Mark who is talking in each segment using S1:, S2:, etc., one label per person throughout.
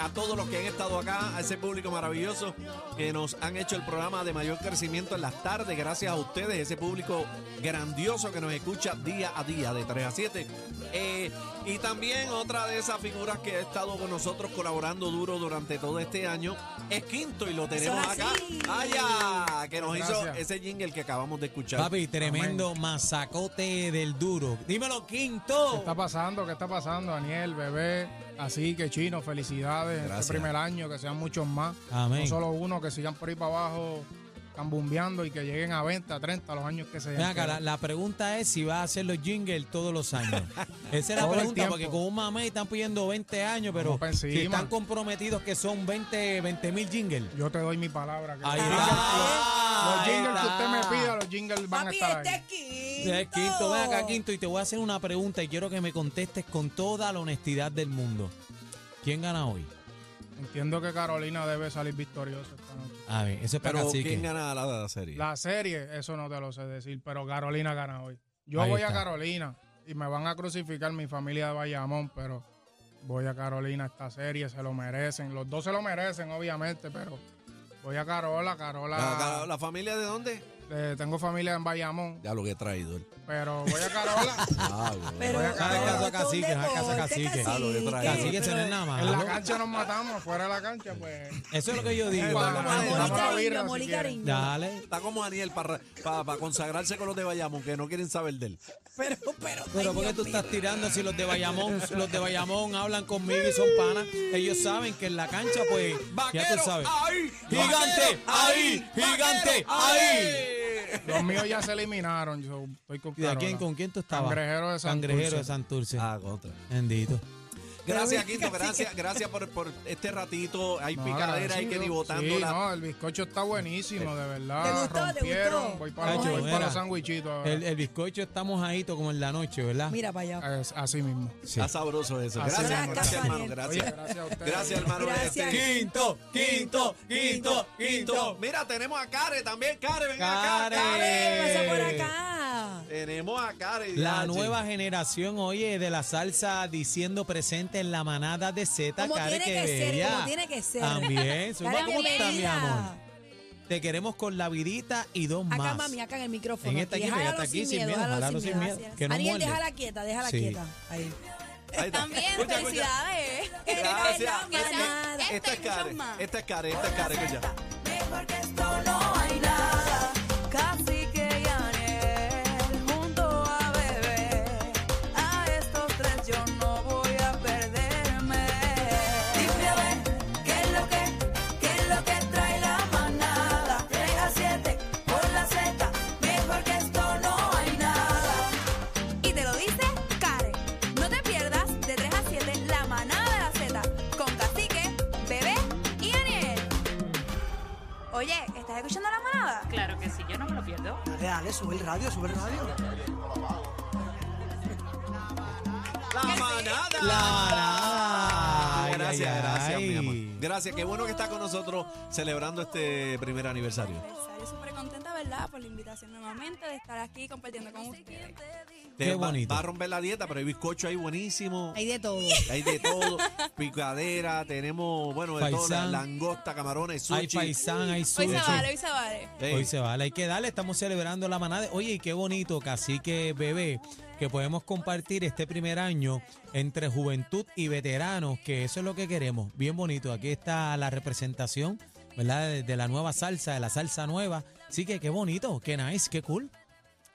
S1: a todos los que han estado acá, a ese público maravilloso que nos han hecho el programa de mayor crecimiento en las tardes. Gracias a ustedes, ese público grandioso que nos escucha día a día, de 3 a 7. Eh, y también otra de esas figuras que ha estado con nosotros colaborando duro durante todo este año es Quinto y lo tenemos
S2: Eso es
S1: acá.
S2: así.
S1: ¡Allá! Que nos hizo
S3: Gracias.
S1: ese jingle que acabamos de escuchar.
S2: Papi, tremendo masacote del duro. Dímelo, quinto.
S3: ¿Qué está pasando? ¿Qué está pasando, Daniel, bebé? Así que chino, felicidades.
S1: Gracias.
S3: Este primer año, que sean muchos más.
S2: Amén.
S3: No solo uno, que sigan por ahí para abajo cambumbeando y que lleguen a 20, a 30 los años que se
S2: Ven acá, la, la pregunta es si va a hacer los jingles todos los años. Esa es la
S3: Todo el
S2: pregunta,
S3: tiempo.
S2: porque con un mamé están pidiendo 20 años, pero
S3: Vamos pa' encima.
S2: si están comprometidos que son 20 mil jingles.
S3: Yo te doy mi palabra. Que
S2: Ahí
S3: los
S2: está.
S3: jingles- los-
S2: Ahí
S3: Los jingles que
S2: está.
S3: usted me pida, los jingles van
S4: Papi,
S3: a estar
S4: este
S3: ahí.
S4: es quinto.
S2: Eh, Quinto, ven acá, Quinto, y te voy a hacer una pregunta y quiero que me contestes con toda la honestidad del mundo. ¿Quién gana hoy?
S3: Entiendo que Carolina debe salir victoriosa esta noche.
S2: A ver, eso es para
S1: Pero
S2: cacique.
S1: ¿quién gana la, la serie?
S3: La serie, eso no te lo sé decir, pero Carolina gana hoy. Yo
S2: Ahí
S3: voy a
S2: está.
S3: Carolina y me van a crucificar mi familia de Bayamón, pero voy a Carolina esta serie, se lo merecen. Los dos se lo merecen, obviamente, pero voy a Carola, Carola.
S1: La- la- la familia de dónde?
S3: eh, tengo familia en Bayamón,
S1: Ya lo que he traído.
S3: pero voy a Carola.
S1: Ah, bueno.
S4: Pero,
S3: Voy a
S4: pero
S3: casa
S4: esto es un
S2: cacique, a casa
S4: deporte,
S2: cacique.
S1: Ah, lo que trae.
S2: Cacique, eso no es
S4: pero-
S2: nada
S3: en la
S2: malo.
S3: cancha nos matamos, afuera de la cancha, pues.
S2: Eso es lo que yo digo.
S3: Vamos,
S4: Amor y
S3: Dame la
S4: cariño,
S3: birra,
S4: amor
S3: si
S4: y
S3: quieres.
S4: cariño.
S2: Dale.
S1: Está como Daniel para consagrarse con los de Bayamón, que no quieren saber de él.
S4: Pero, pero,
S2: Pero
S4: ay,
S2: ¿por qué tú
S4: Dios mío.
S2: estás tirando si los de Bayamón, los de Bayamón hablan conmigo y son panas? Ellos saben que en la cancha, pues, ya tú sabes.
S1: ahí!
S2: Gigante, ahí, gigante, ahí.
S3: Los míos ya se eliminaron, yo estoy con
S2: ¿Y de
S3: Carola.
S2: quién, con quién tú estabas?
S3: Cangrejero de Santurce.
S2: Cangrejero de Santurce.
S1: Ah, contra.
S2: Bendito.
S1: Gracias,
S4: Pero,
S1: Quinto,
S4: cacique.
S1: gracias, gracias por, por este ratito. Hay
S3: No,
S1: picadera, hay que ir
S3: agradecido. Sí,
S1: botándola.
S3: no, el bizcocho está buenísimo, de verdad.
S4: ¿Te gustó? ¿Te
S3: Rompieron.
S4: gustó?
S3: Voy para,
S2: Cacho,
S3: voy para
S2: mira,
S3: los sandwichitos. ahora.
S2: El, el bizcocho está mojadito como en la noche, ¿verdad?
S4: Mira para allá.
S3: Es así mismo.
S2: Sí.
S1: Está sabroso eso.
S3: Así
S1: Gracias,
S3: mismo,
S1: gracias,
S4: gracias.
S1: hermano.
S3: Oye,
S1: Gracias.
S3: gracias a ustedes.
S1: Gracias, hermano.
S4: Gracias.
S1: Este-
S2: Quinto, quinto, quinto, quinto.
S1: Mira, tenemos a Care también. Care, ven acá.
S2: Care.
S1: Care.
S4: Pasa por
S2: Eh.
S4: acá.
S1: Tenemos a Care.
S2: La nueva generación, oye, de la salsa diciendo presente en la manada de Z.
S4: Como
S2: Care,
S4: tiene que ser,
S2: bella.
S4: como tiene que ser.
S2: También, Zumba,
S4: Cara,
S2: ¿cómo está, mi
S4: bienvenida.
S2: amor? Te queremos con la vidita y dos
S4: Acá,
S2: más.
S4: mami, acá en el micrófono.
S2: En esta
S4: aquí.
S2: aquí, pero ya
S4: Jálalo
S2: está aquí, sin miedo,
S4: jálalo
S2: jálalo sin miedo,
S4: así es.
S2: que no
S4: Ariel,
S2: muerde.
S4: déjala quieta, déjala
S2: Sí.
S4: quieta. Ahí.
S5: También, felicidades. Este
S1: Gracias.
S4: Que no,
S1: Esta,
S4: nada.
S1: esta es Care. Esta es Care. Esta es Care. que ya.
S5: Mejor que esto no hay nada. Casi que gané junto a bebé. A estos tres yo no voy a perderme. Dime a ver, ¿qué es lo que, qué es lo que trae la manada? 3 a 7 por la Z. Mejor que esto no hay nada. Y te lo dice Karen. No te pierdas de 3 a 7 la manada de la Z con Cacique, Bebé y Daniel. Oye, ¿estás escuchando la manada?
S6: Claro que sí, yo no me lo pierdo.
S1: La manada.
S2: La manada. Ay,
S1: Gracias,
S2: ay,
S1: gracias,
S2: ay.
S1: mi amor. Gracias, qué bueno que está con nosotros celebrando este primer aniversario.
S5: Aniversario, súper contenta, Pues, ¿verdad? Por la invitación nuevamente de estar aquí compartiendo con ustedes.
S2: Qué
S1: Te va-
S2: bonito.
S1: Va, a romper la dieta, pero hay bizcocho ahí buenísimo.
S4: Hay de todo.
S1: Hay de todo, picadera, tenemos, bueno, de todo, la-
S2: Paisán.
S1: langosta, camarones,
S2: Hay
S1: sushi.
S2: paisán, hay
S5: Hoy
S2: sushi.
S5: se vale, hoy se vale.
S1: Ey,
S2: Hoy se vale, hay que darle, estamos celebrando la manada. Oye, y qué bonito, cacique bebé, que podemos compartir este primer año entre juventud y veteranos, que eso es lo que queremos. Bien bonito, aquí está la representación, ¿verdad? De, de la nueva salsa, de la salsa nueva. Así que qué bonito, qué nice, qué cool.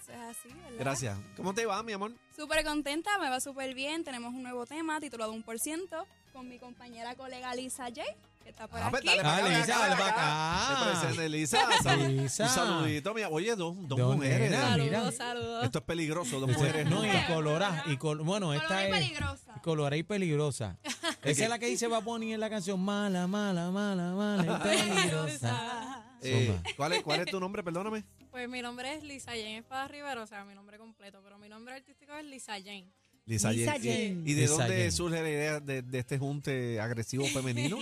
S5: Eso es así, ¿verdad?
S1: Gracias. ¿Cómo te va, mi amor?
S5: Súper contenta, me va súper bien. Tenemos un nuevo tema titulado Un por ciento con mi compañera colega Lisa J.
S7: que está por
S1: Ah, pues,
S7: aquí.
S1: dale para acá,
S2: Ah,
S1: dale
S2: Lisa,
S1: acá,
S2: dale
S1: dale
S2: para acá. Ah.
S1: Me presenta Lisa. Salud-
S2: Lisa.
S1: Un saludito. Mira, oye, dos, dos
S2: Dos
S1: mujeres.
S2: nenas.
S1: Dani.
S2: mira.
S8: Saludos, saludos.
S1: Esto es peligroso, dos
S2: Dice,
S1: mujeres.
S2: no, y colorá. Y col- bueno, esta
S8: Colorá y
S2: es.
S8: peligrosa.
S2: Colorá y peligrosa. Esa es la que dice va Bunny en la canción Mala, mala, mala, mala y peligrosa.
S1: Eh,
S2: Zumba.
S1: ¿cuál, es, ¿Cuál es tu nombre? Perdóname.
S8: Pues mi nombre es Lisa Jane Espada Rivera, o sea, mi nombre completo, pero mi nombre artístico es Lisa Jane.
S1: Lisa,
S7: Lisa
S1: Yen.
S7: Yen.
S1: ¿Y, y de
S2: Lisa
S1: dónde
S2: Yen.
S1: surge la idea de, de este junte agresivo femenino?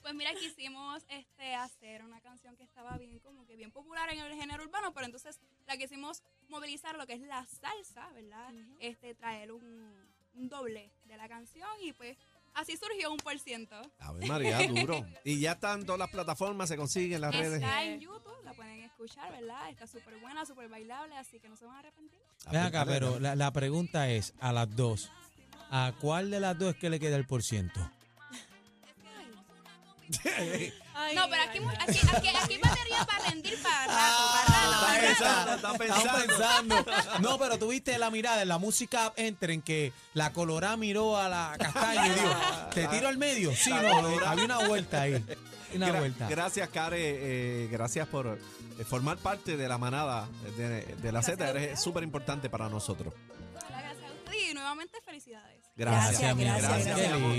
S5: Pues mira, quisimos este, hacer una canción que estaba bien, como que bien popular en el género urbano, pero entonces la quisimos movilizar lo que es la salsa, ¿verdad? Este, traer un, un doble de la canción y pues así surgió un por ciento.
S1: A ver, María, duro. Y ya están todas las plataformas, se consiguen las redes.
S5: Está en YouTube, la pueden escuchar, ¿verdad? Está súper buena, súper bailable, así que no se van a arrepentir.
S2: Ven acá,
S1: Apriétale,
S2: pero
S1: dale.
S2: la, la pregunta es: a las dos, ¿a cuál de las dos es que le queda el por ciento?
S8: Ay,
S5: No, pero aquí,
S8: ay,
S5: mu-
S8: ay.
S5: aquí, aquí, aquí hay batería para rendir para rato, para rato,
S1: Ah,
S5: para rato.
S1: Está pensando, está pensando.
S2: pensando. No, pero tuviste la mirada en la música enter en que la colorá miró a la castaña y dijo, ¿te tiro al medio? Sí,
S1: La
S2: no,
S1: Colorá.
S2: había una vuelta ahí. Una
S1: Gra-
S2: vuelta.
S1: Gracias, Care. eh, gracias por eh, formar parte de la manada de, de la Z. Eres súper importante para nosotros.
S5: Gracias a ustedes y nuevamente felicidades.
S1: Gracias.
S7: Gracias, gracias,
S1: mi
S7: gracias.
S1: amor.